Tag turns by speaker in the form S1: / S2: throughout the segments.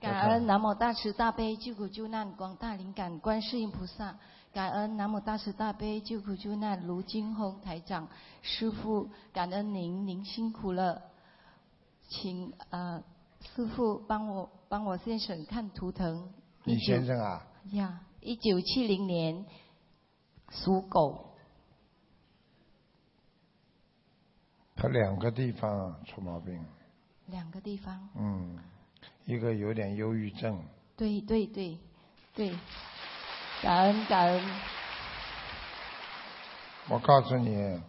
S1: 感恩
S2: 上。
S1: 南无大慈大悲救苦救难广大灵感观世音菩萨，感恩南无大慈大悲救苦救难卢金红台长师傅，感恩您，您辛苦了，请呃师傅帮我帮我先生看图腾。
S2: 李
S1: 19
S2: 先生啊，
S1: 呀，一九七零年属狗，
S2: 他两个地方出毛病，
S1: 两个地方。
S2: 嗯，一个有点忧郁症，
S1: 对对对对，感恩感恩。
S2: 我告诉你，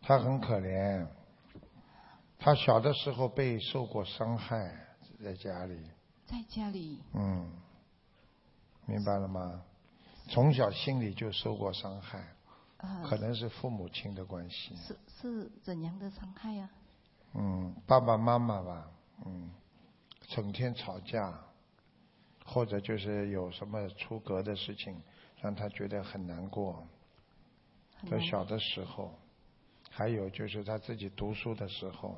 S2: 他很可怜。他小的时候被受过伤害，在家里，
S1: 在家里，
S2: 嗯，明白了吗？从小心里就受过伤害，
S1: 呃，
S2: 可能是父母亲的关系，
S1: 是是怎样的伤害啊呀、
S2: 嗯，爸爸妈妈吧，嗯，整天吵架，或者就是有什么出格的事情，让他觉得很难过。
S1: 很
S2: 在
S1: 难
S2: 小的时候，还有就是他自己读书的时候，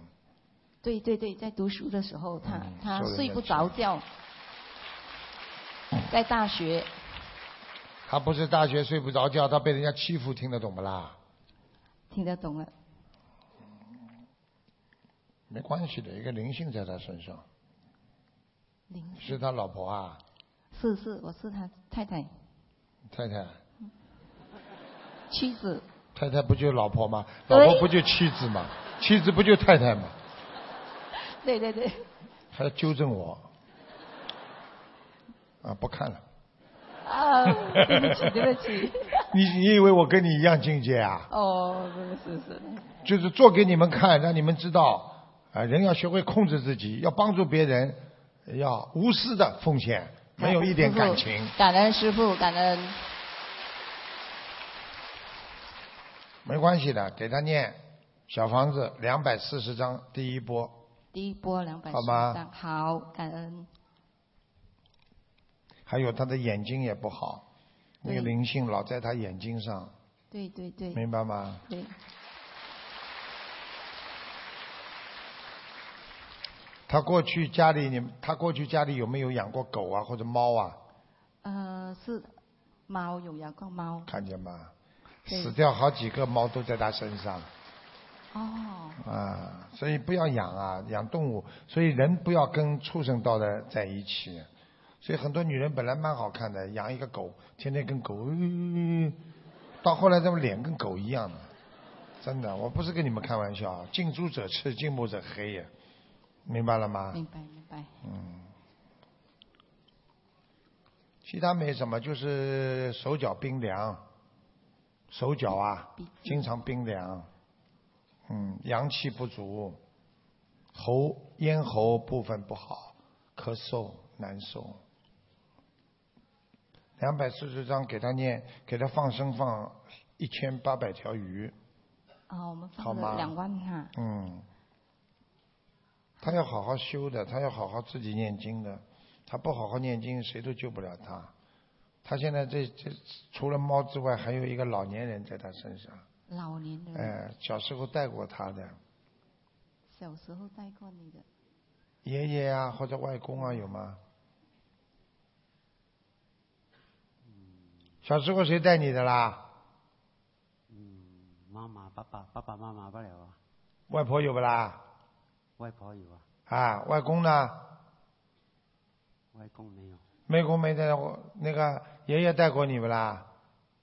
S1: 对对对，在读书的时候，他、
S2: 嗯
S1: 他
S2: 受人
S1: 睡不
S2: 家
S1: 着觉，在大学，
S2: 他不是大学睡不着觉，他被人家欺负，听得懂不啦？
S1: 听得懂了。
S2: 没关系的，一个灵性在他身上，
S1: 零
S2: 是他老婆啊，
S1: 是是，我是他太太，
S2: 太太，
S1: 妻子。
S2: 太太不就老婆吗？
S1: 对
S2: 老婆不就妻子吗？妻子不就太太吗？
S1: 对对对，
S2: 还要纠正我，啊，不看了。
S1: 啊，对不起对不起，
S2: 你你以为我跟你一样境界啊？
S1: 哦，不是是，
S2: 就是做给你们看，让你们知道啊，人要学会控制自己，要帮助别人，要无私的奉献，没有一点感情。
S1: 感恩师傅，感恩。
S2: 没关系的，给他念小房子两百四十张第一波，
S1: 第一波两百
S2: 好吧
S1: 张，好，感恩。
S2: 还有他的眼睛也不好，那个
S1: 对
S2: 灵性老在他眼睛上，
S1: 对对对
S2: 明白吗？
S1: 对，
S2: 他过去家里你们，他过去家里有没有养过狗啊或者猫啊？
S1: 呃，是猫有养过猫
S2: 看见吗？
S1: 对
S2: 死掉好几个猫都在他身上。
S1: 哦，
S2: 啊，所以不要养啊，养动物，所以人不要跟畜生道的在一起。所以很多女人本来蛮好看的，养一个狗，天天跟狗，呃到后来他们脸跟狗一样的，真的，我不是跟你们开玩笑啊，近朱者赤，近墨者黑呀，明白了吗？
S1: 明白明白，
S2: 嗯其他没什么，就是手脚冰凉，手脚啊
S1: 鼻子，
S2: 经常冰凉，嗯，阳气不足，喉咽喉部分不好，咳嗽难受。两百四十张给他念，给他放生放一千八百条鱼，
S1: 啊，我们
S2: 好
S1: 放
S2: 吗
S1: 了两万哈，
S2: 嗯，他要好好修的，他要好好自己念经的，他不好好念经，谁都救不了他。他现在这这除了猫之外，还有一个老年人在他身上，
S1: 老年人，
S2: 哎，小时候带过他的
S1: 小时候带过你的，
S2: 爷爷啊或者外公啊有吗？小时候谁带你的啦？
S3: 妈妈、爸爸、爸爸妈妈不了啊，
S2: 外婆有不啦？
S3: 外婆有啊，
S2: 啊，外公呢？
S3: 外公没有，
S2: 外公没带过，那个爷爷带过你不啦？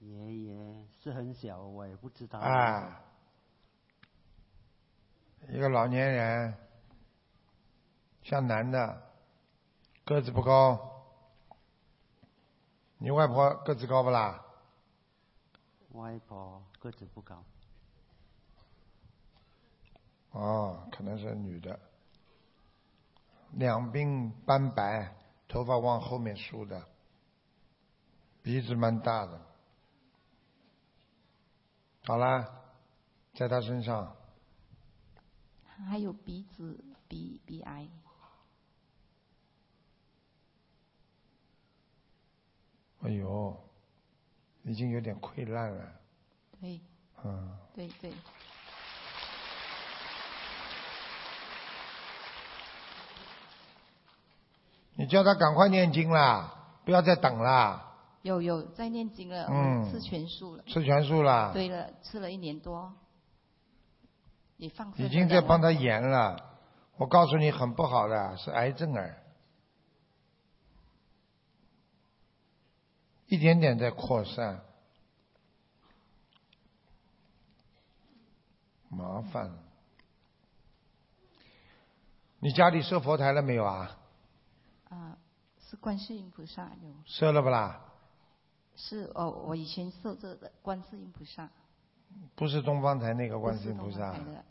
S3: 爷爷是很小，我也不知道。
S2: 啊，一个老年人，像男的，个子不高。你外婆个子高不啦？
S3: 外婆个子不高，
S2: 哦，可能是女的，两鬓斑白，头发往后面梳的，鼻子蛮大的。好啦，在他身上，
S1: 还有鼻子鼻鼻癌，
S2: 哎呦，已经有点溃烂了，
S1: 对
S2: 嗯。
S1: 对对，
S2: 你叫他赶快念经啦，不要再等啦，
S1: 有有在念经了，
S2: 嗯
S1: 我
S2: 啊
S1: 吃全素了，
S2: 吃全素啦，
S1: 对了，吃了一年多，也放生
S2: 已经
S1: 不
S2: 在
S1: 了
S2: 帮
S1: 了
S2: 他延了。我告诉你，很不好的，是癌症儿，一点点在扩散，麻烦了。你家里设佛台了没有啊？
S1: 啊，是观世音菩萨有，
S2: 设了不啦？
S1: 是哦，我以前受这的观世音菩萨，
S2: 不是东方台那个观世音
S1: 不
S2: 菩
S1: 是东方
S2: 萨
S1: 来，的，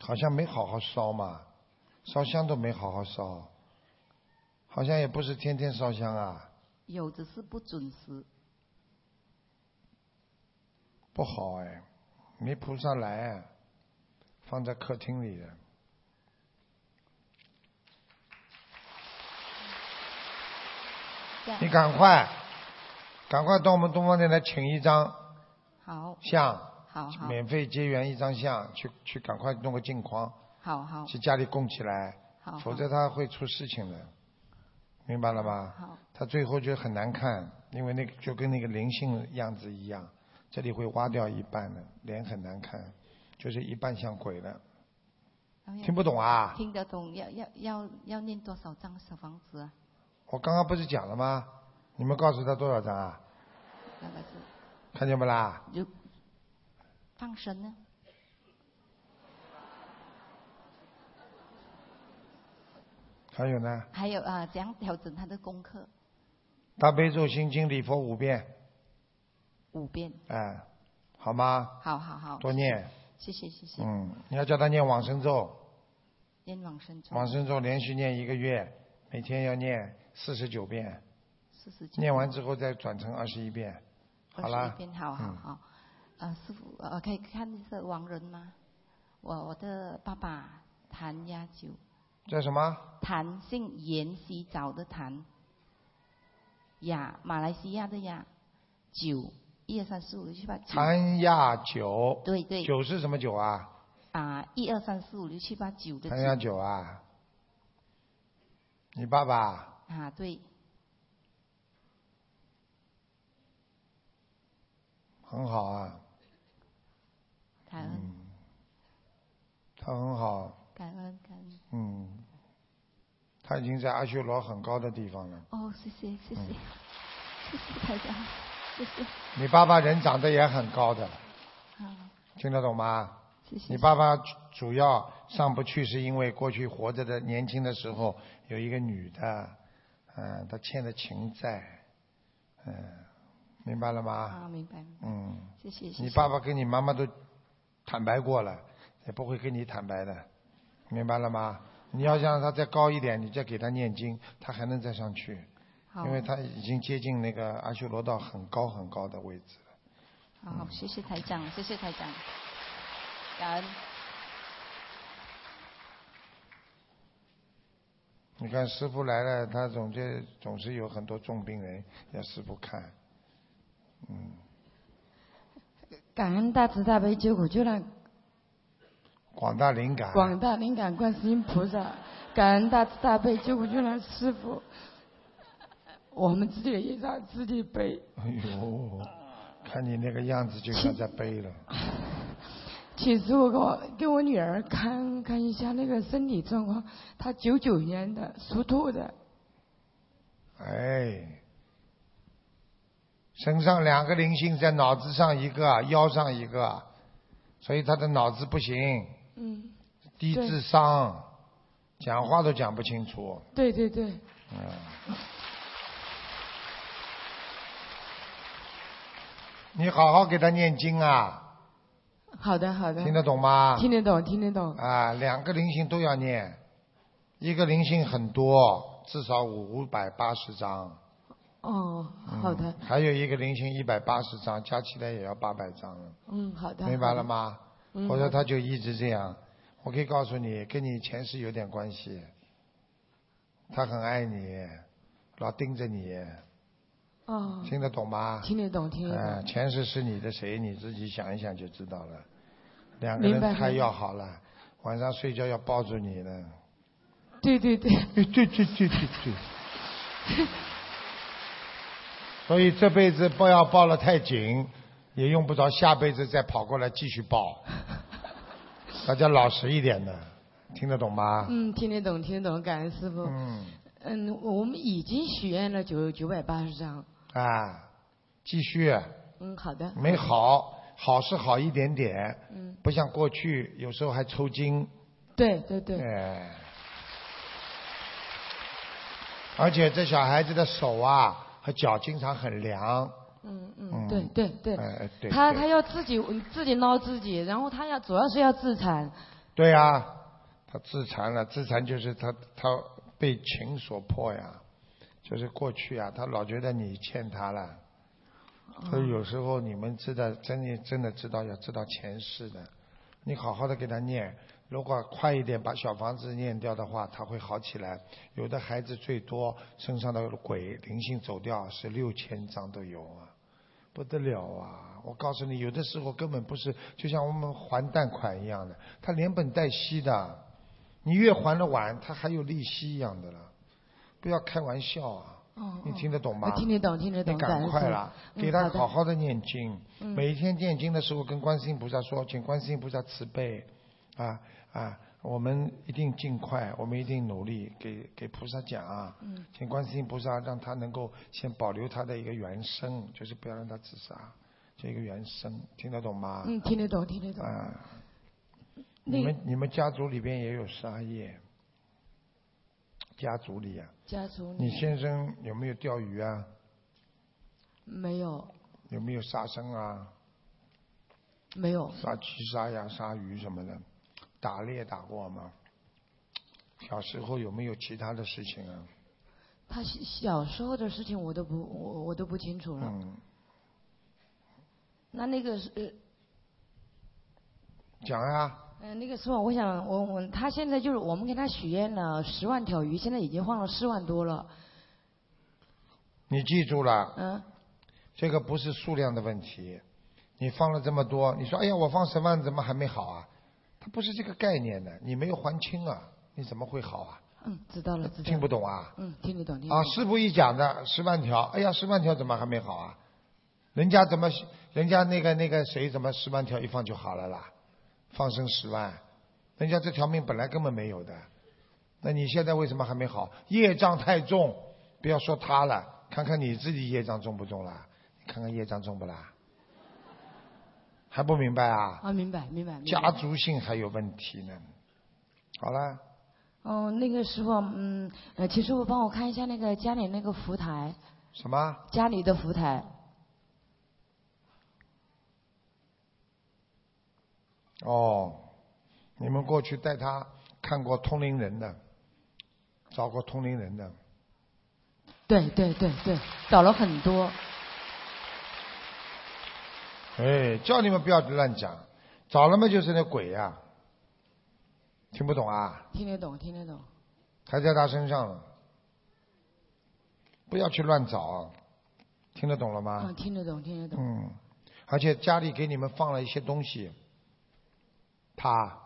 S2: 好像没好好烧嘛，烧香都没好好烧，好像也不是天天烧香啊，
S1: 有只是不准时，
S2: 不好哎，没菩萨来、啊放在客厅里的。
S1: 这
S2: 你
S1: 样
S2: 赶快，赶快到我们东方电台请一张
S1: 好，
S2: 像，
S1: 好好
S2: 免费结缘一张像，去去赶快弄个镜框，
S1: 好好
S2: 去家里供起来，
S1: 好，
S2: 否则他会出事情的，明白了吗？
S1: 好
S2: 他最后就很难看，因为那个就跟那个灵性样子一样，这里会挖掉一半的，脸很难看，就是一半像鬼了。
S1: 然后要
S2: 听不懂啊？
S1: 听得懂，要要要要念多少张小房子啊？
S2: 我刚刚不是讲了吗？你们告诉他多少张啊？
S1: 那个是
S2: 看见不啦？
S1: 就放生呢？
S2: 还有呢，
S1: 还有啊，怎样调整他的功课？
S2: 大悲咒心经礼佛五遍，
S1: 五遍，
S2: 哎、好吗？
S1: 好好好，
S2: 多念，
S1: 谢谢谢谢，
S2: 嗯，你要叫他念往生咒，
S1: 念往生咒
S2: 往生咒连续念一个月，每天要念四十九遍，
S1: 四十九，
S2: 念完之后再转成二十一遍，好
S1: 二十
S2: 啦
S1: 一，遍，好好
S2: 嗯
S1: 好。呃，师傅，呃，可以看一下亡人吗？我我的爸爸谭亚九，
S2: 叫什么？
S1: 谭姓严，洗澡的谭，雅马来西亚的雅，九一二三四五六七八九，
S2: 谭亚九，
S1: 对对
S2: 九是什么九啊？
S1: 啊，一二三四五六七八九的
S2: 谭亚
S1: 九
S2: 九啊，你爸爸
S1: 啊，对，
S2: 很好啊，
S1: 感恩
S2: 嗯他很好，
S1: 感恩感恩，
S2: 嗯，他已经在阿修罗很高的地方了。
S1: 哦，谢谢谢谢
S2: 嗯
S1: 谢谢台长，谢谢
S2: 你爸爸人长得也很高的，
S1: 啊，
S2: 听得懂吗？
S1: 谢谢
S2: 你爸爸主主要上不去是因为过去活着的年轻的时候有一个女的，嗯，他欠的情债，嗯，明白了吗？
S1: 啊，明白明白，
S2: 嗯，
S1: 谢谢谢谢，
S2: 你爸爸跟你妈妈都坦白过了，也不会跟你坦白的，明白了吗？你要让他再高一点，你再给他念经，他还能再上去，
S1: 好
S2: 因为他已经接近那个阿修罗道很高很高的位置了。
S1: 好
S2: 嗯
S1: 好，谢谢台长，谢谢台长，感恩。
S2: 你看师傅来了，他总是总是有很多重病人要师傅看。
S4: 感恩大慈大悲救苦救难
S2: 广大灵感，
S4: 广大灵感观世音菩萨，感恩大慈大悲救苦救难师傅。我们自己的业障自己背，
S2: 哎呦，看你那个样子就像在背了。
S4: 请师傅给我给我女儿看看一下那个身体状况。她九九年的，属兔的，
S2: 哎，身上两个灵性在脑子上一个，啊腰上一个，啊所以他的脑子不行，
S4: 嗯，
S2: 低
S4: 对
S2: 智商，讲话都讲不清楚。
S4: 对对对，
S2: 你好好给他念经啊，
S4: 好的好的，
S2: 听得懂吗？
S4: 听得懂听得懂，
S2: 啊，两个灵性都要念，一个灵性很多，至少五五百八十张。
S4: 哦，好的，
S2: 还有一个零星一百八十张，加起来也要八百张了，
S4: 嗯，好的，
S2: 明白
S4: 好
S2: 了
S4: 的？
S2: 吗？
S4: 嗯
S2: 否则
S4: 好的
S2: 他就一直这样。我可以告诉你，跟你前世有点关系。他很爱你，老盯着你，
S4: 哦，
S2: 听得懂吗？
S4: 听得懂听得懂，
S2: 嗯，前世是你的谁，你自己想一想就知道了。两个
S4: 明白
S2: 人太
S4: 明白
S2: 要好了，晚上睡觉要抱住你了，
S4: 对对对，
S2: 哎，对对对对对。 所以这辈子不要抱了太紧，也用不着下辈子再跑过来继续抱。 大家老实一点的，听得懂吗？
S4: 嗯，听得懂，听得懂，感恩师傅。
S2: 嗯。
S4: 嗯，我我们已经许愿了九九百八十张。
S2: 啊，继续，啊
S4: 嗯，好的。
S2: 没好，好是好一点点，
S4: 嗯，
S2: 不像过去有时候还抽筋。
S4: 对对对，
S2: 哎，而且这小孩子的手啊和脚经常很凉。
S4: 嗯
S2: 嗯
S4: 嗯，对对对。
S2: 哎对
S4: 他
S2: 对
S4: 他要自己自己挠自己，然后他要主要是要自残。
S2: 对啊，他自残了，自残就是他他被情所迫呀，就是过去啊，他老觉得你欠他了。
S4: 嗯
S2: 所以有时候你们知道，真的真的知道要知道前世的，你好好的给他念。如果快一点把小房子念掉的话，他会好起来。有的孩子最多身上的鬼灵性走掉是六千张都有啊，不得了啊！我告诉你，有的时候根本不是，就像我们还贷款一样的，他连本带息的，你越还的晚，他还有利息一样的了。不要开玩笑啊！
S4: 哦
S2: 你听得懂吗？
S4: 我听得懂，听得
S2: 你
S4: 懂，感
S2: 赶
S4: 恩
S2: 快
S4: 师
S2: 啦，
S4: 傅
S2: 给
S4: 嗯
S2: 他
S4: 的
S2: 好好的念经。
S4: 嗯
S2: 每天念经的时候，跟观世音菩萨说，请观世音菩萨慈悲，啊啊，我们一定尽快，我们一定努力，给给菩萨讲、啊，
S4: 嗯
S2: 请观世音菩萨让他能够先保留他的一个原生，就是不要让他自杀，这一个原生，听得懂吗？
S4: 嗯，听得懂，听得懂。
S2: 啊，
S4: 那
S2: 你们你们家族里边也有杀业，家族里啊，
S4: 家族
S2: 你
S4: 里
S2: 先生有没有钓鱼啊？
S4: 没有
S2: 有没有杀生啊？
S4: 没有
S2: 杀鸡、杀鸭、杀鱼什么的，打猎打过吗？小时候有没有其他的事情啊？
S4: 他小小时候的事情我都不我我都不清楚了。
S2: 嗯，
S4: 那那个是呃
S2: 讲啊，
S4: 呃那个时候我想我我他现在就是我们给他许愿了十万条鱼，现在已经放了四万多了。
S2: 你记住了，
S4: 嗯，
S2: 这个不是数量的问题。你放了这么多，你说哎呀，我放十万怎么还没好啊？它不是这个概念的，你没有还清啊，你怎么会好啊？
S4: 嗯，知道了，知道了。
S2: 听不懂啊？
S4: 嗯，听得懂，听得
S2: 啊，
S4: 懂。
S2: 师傅一讲的十万条，哎呀，十万条怎么还没好啊？人家怎么，人家那个那个谁怎么十万条一放就好了啦？放生十万，人家这条命本来根本没有的，那你现在为什么还没好？业障太重，不要说他了，看看你自己业障重不重啦？你看看业障重不啦？还不明白啊？
S4: 啊，明白，明白，明白
S2: 家。族性还有问题呢。好了，
S4: 哦，那个师傅，嗯，呃，请师傅帮我看一下那个家里那个福台，
S2: 什么？
S4: 家里的福台，
S2: 哦，你们过去带他看过通灵人的，找过通灵人的，
S4: 对对对对，找了很多，
S2: 哎，叫你们不要乱讲，找了嘛就是那鬼呀、听不懂啊？
S4: 听得懂，听得懂。
S2: 还在他身上了，不要去乱找，啊听得懂了吗
S4: 嗯，？听得懂，听得懂。
S2: 嗯，而且家里给你们放了一些东西，他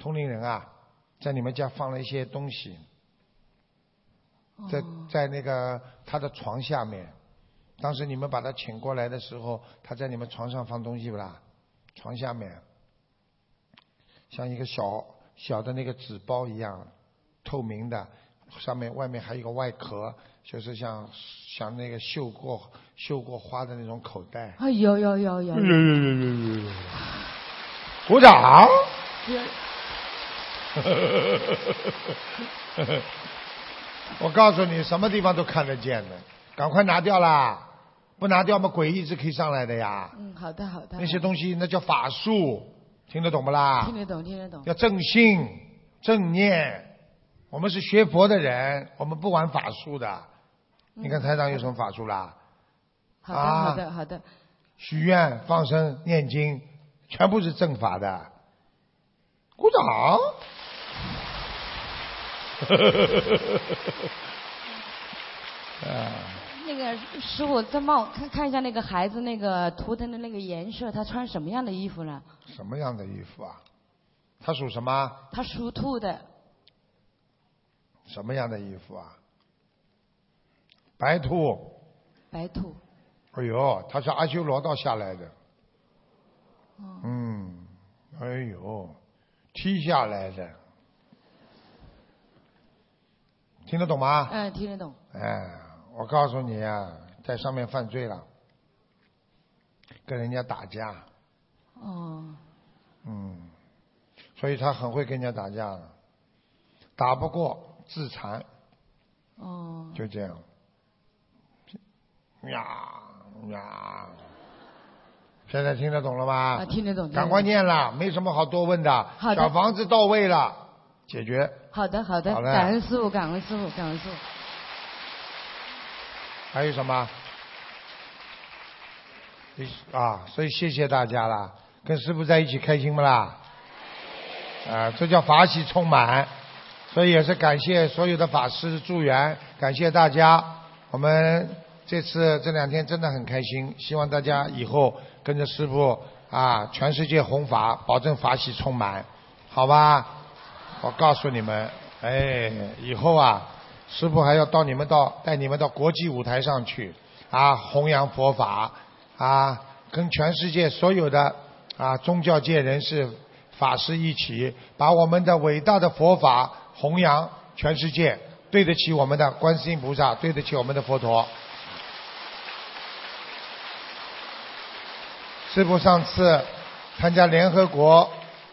S2: 通灵人啊，在你们家放了一些东西，在
S4: 哦
S2: 在那个他的床下面。当时你们把他请过来的时候，他在你们床上放东西不啦？床下面，像一个小小的那个纸包一样，透明的，上面外面还有一个外壳，就是像像那个绣过绣过花的那种口袋。
S4: 啊，有有有有
S2: 有。有有有有有。鼓掌。 我告诉你，什么地方都看得见的，赶快拿掉啦！不拿掉嘛，鬼一直可以上来的呀。
S4: 嗯，好的好的。
S2: 那些东西那叫法术，听得懂不啦
S4: 听？得懂，听得懂。
S2: 要正信、正念。我们是学佛的人，我们不玩法术的。你看台长有什么法术啦？
S4: 好的
S2: 啊
S4: 好的好的。
S2: 许愿、放生、念经，全部是正法的。鼓掌。
S4: 那个师傅，再帮我看看一下那个孩子那个图腾的那个颜色，他穿什么样的衣服呢？
S2: 什么样的衣服啊？他属什么？
S4: 他属兔的，
S2: 什么样的衣服啊？白兔，
S1: 白兔。
S2: 哎呦，他是阿修罗道下来的。嗯，哎呦，踢下来的，听得懂
S4: 啊
S2: 吗？
S1: 嗯，听得懂。
S2: 哎，我告诉你啊，在上面犯罪了，跟人家打架，
S1: 哦，
S2: 嗯，所以他很会跟人家打架的，打不过自残，
S1: 哦，
S2: 就这样，呀呀，现在听得懂了吧？
S1: 啊，听得懂。听得懂
S2: 赶快。念了，没什么好多问的。
S1: 好的
S2: 小房子到位了，解决。
S1: 好的，好的，
S2: 好嘞
S1: 感恩师傅，感恩师傅，感恩师傅。
S2: 还有什么？你啊，所以谢谢大家啦，跟师傅在一起开心不啦？啊，这叫法喜充满，所以也是感谢所有的法师助缘，感谢大家。我们这次这两天真的很开心，希望大家以后跟着师傅啊，全世界弘法，保证法喜充满，好吧？我告诉你们，哎，以后啊，师傅还要到你们到带你们到国际舞台上去啊，弘扬佛法啊，跟全世界所有的啊宗教界人士、法师一起，把我们的伟大的佛法弘扬全世界，对得起我们的观世音菩萨，对得起我们的佛陀。师傅上次参加联合国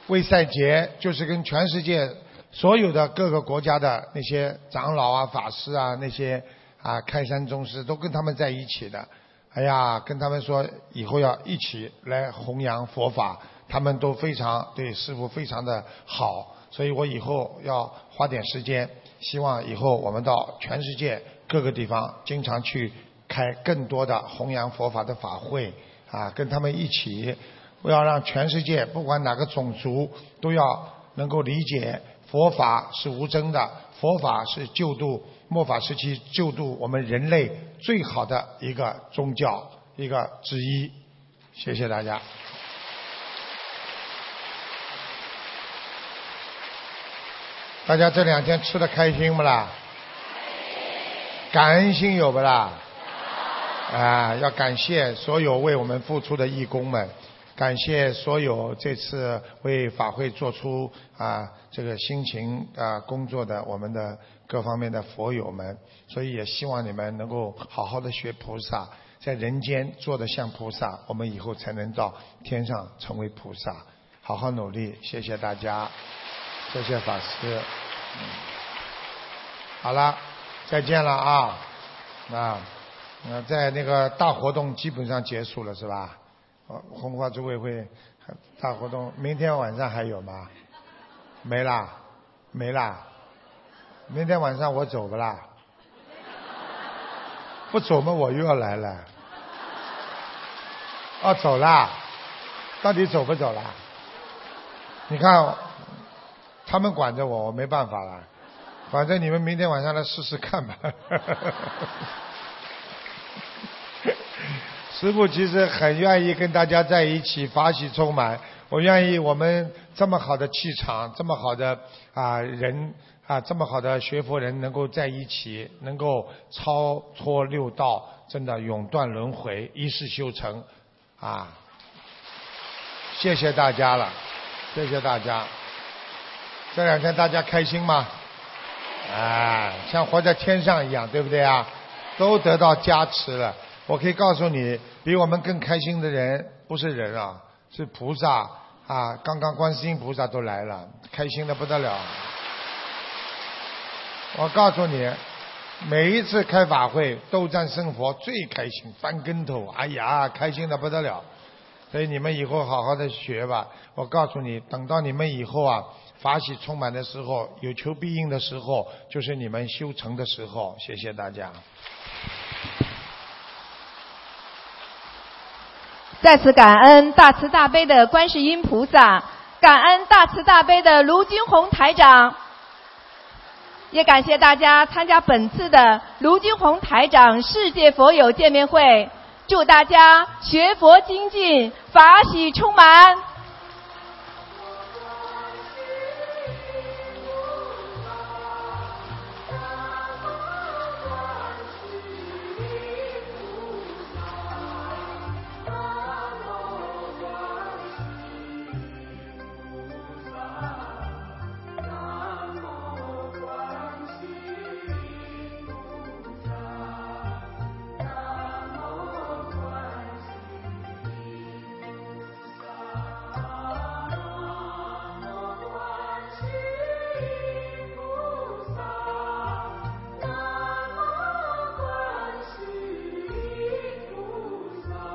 S2: 卫赛节，就是跟全世界所有的各个国家的那些长老啊、法师啊、那些啊开山宗师都跟他们在一起的。哎呀，跟他们说以后要一起来弘扬佛法，他们都非常对师傅非常的好，所以我以后要花点时间，希望以后我们到全世界各个地方经常去开更多的弘扬佛法的法会啊，跟他们一起，我要让全世界不管哪个种族都要能够理解佛法是无争的，佛法是救度末法时期救度我们人类最好的一个宗教一个之一。谢谢大家。大家这两天吃的开心不啦？感恩心有不啦？啊，要感谢所有为我们付出的义工们，感谢所有这次为法会做出啊这个辛勤啊工作的我们的各方面的佛友们，所以也希望你们能够好好的学菩萨，在人间做的像菩萨，我们以后才能到天上成为菩萨。好好努力，谢谢大家，谢谢法师。嗯好了，再见了啊！啊，那在那个大活动基本上结束了是吧？哦，红花组委会还大活动明天晚上还有吗？没啦，没啦。明天晚上我走不啦？不走嘛，我又要来了。哦，走啦，到底走不走啦？你看，他们管着我，我没办法了。反正你们明天晚上来试试看吧。师傅其实很愿意跟大家在一起，法喜充满。我愿意我们这么好的气场，这么好的啊、人啊、这么好的学佛人能够在一起，能够超脱六道，真的永断轮回，一世修成啊！谢谢大家了，谢谢大家。这两天大家开心吗？哎，像活在天上一样，对不对啊？都得到加持了。我可以告诉你，比我们更开心的人不是人啊，是菩萨啊！刚刚观世音菩萨都来了，开心的不得了。我告诉你，每一次开法会，斗战胜佛最开心，翻跟头，哎呀，开心的不得了。所以你们以后好好的学吧。我告诉你，等到你们以后啊，法喜充满的时候，有求必应的时候，就是你们修成的时候。谢谢大家。
S5: 再次感恩大慈大悲的观世音菩萨，感恩大慈大悲的卢军红台长，也感谢大家参加本次的卢军红台长世界佛友见面会。祝大家学佛精进，法喜充满。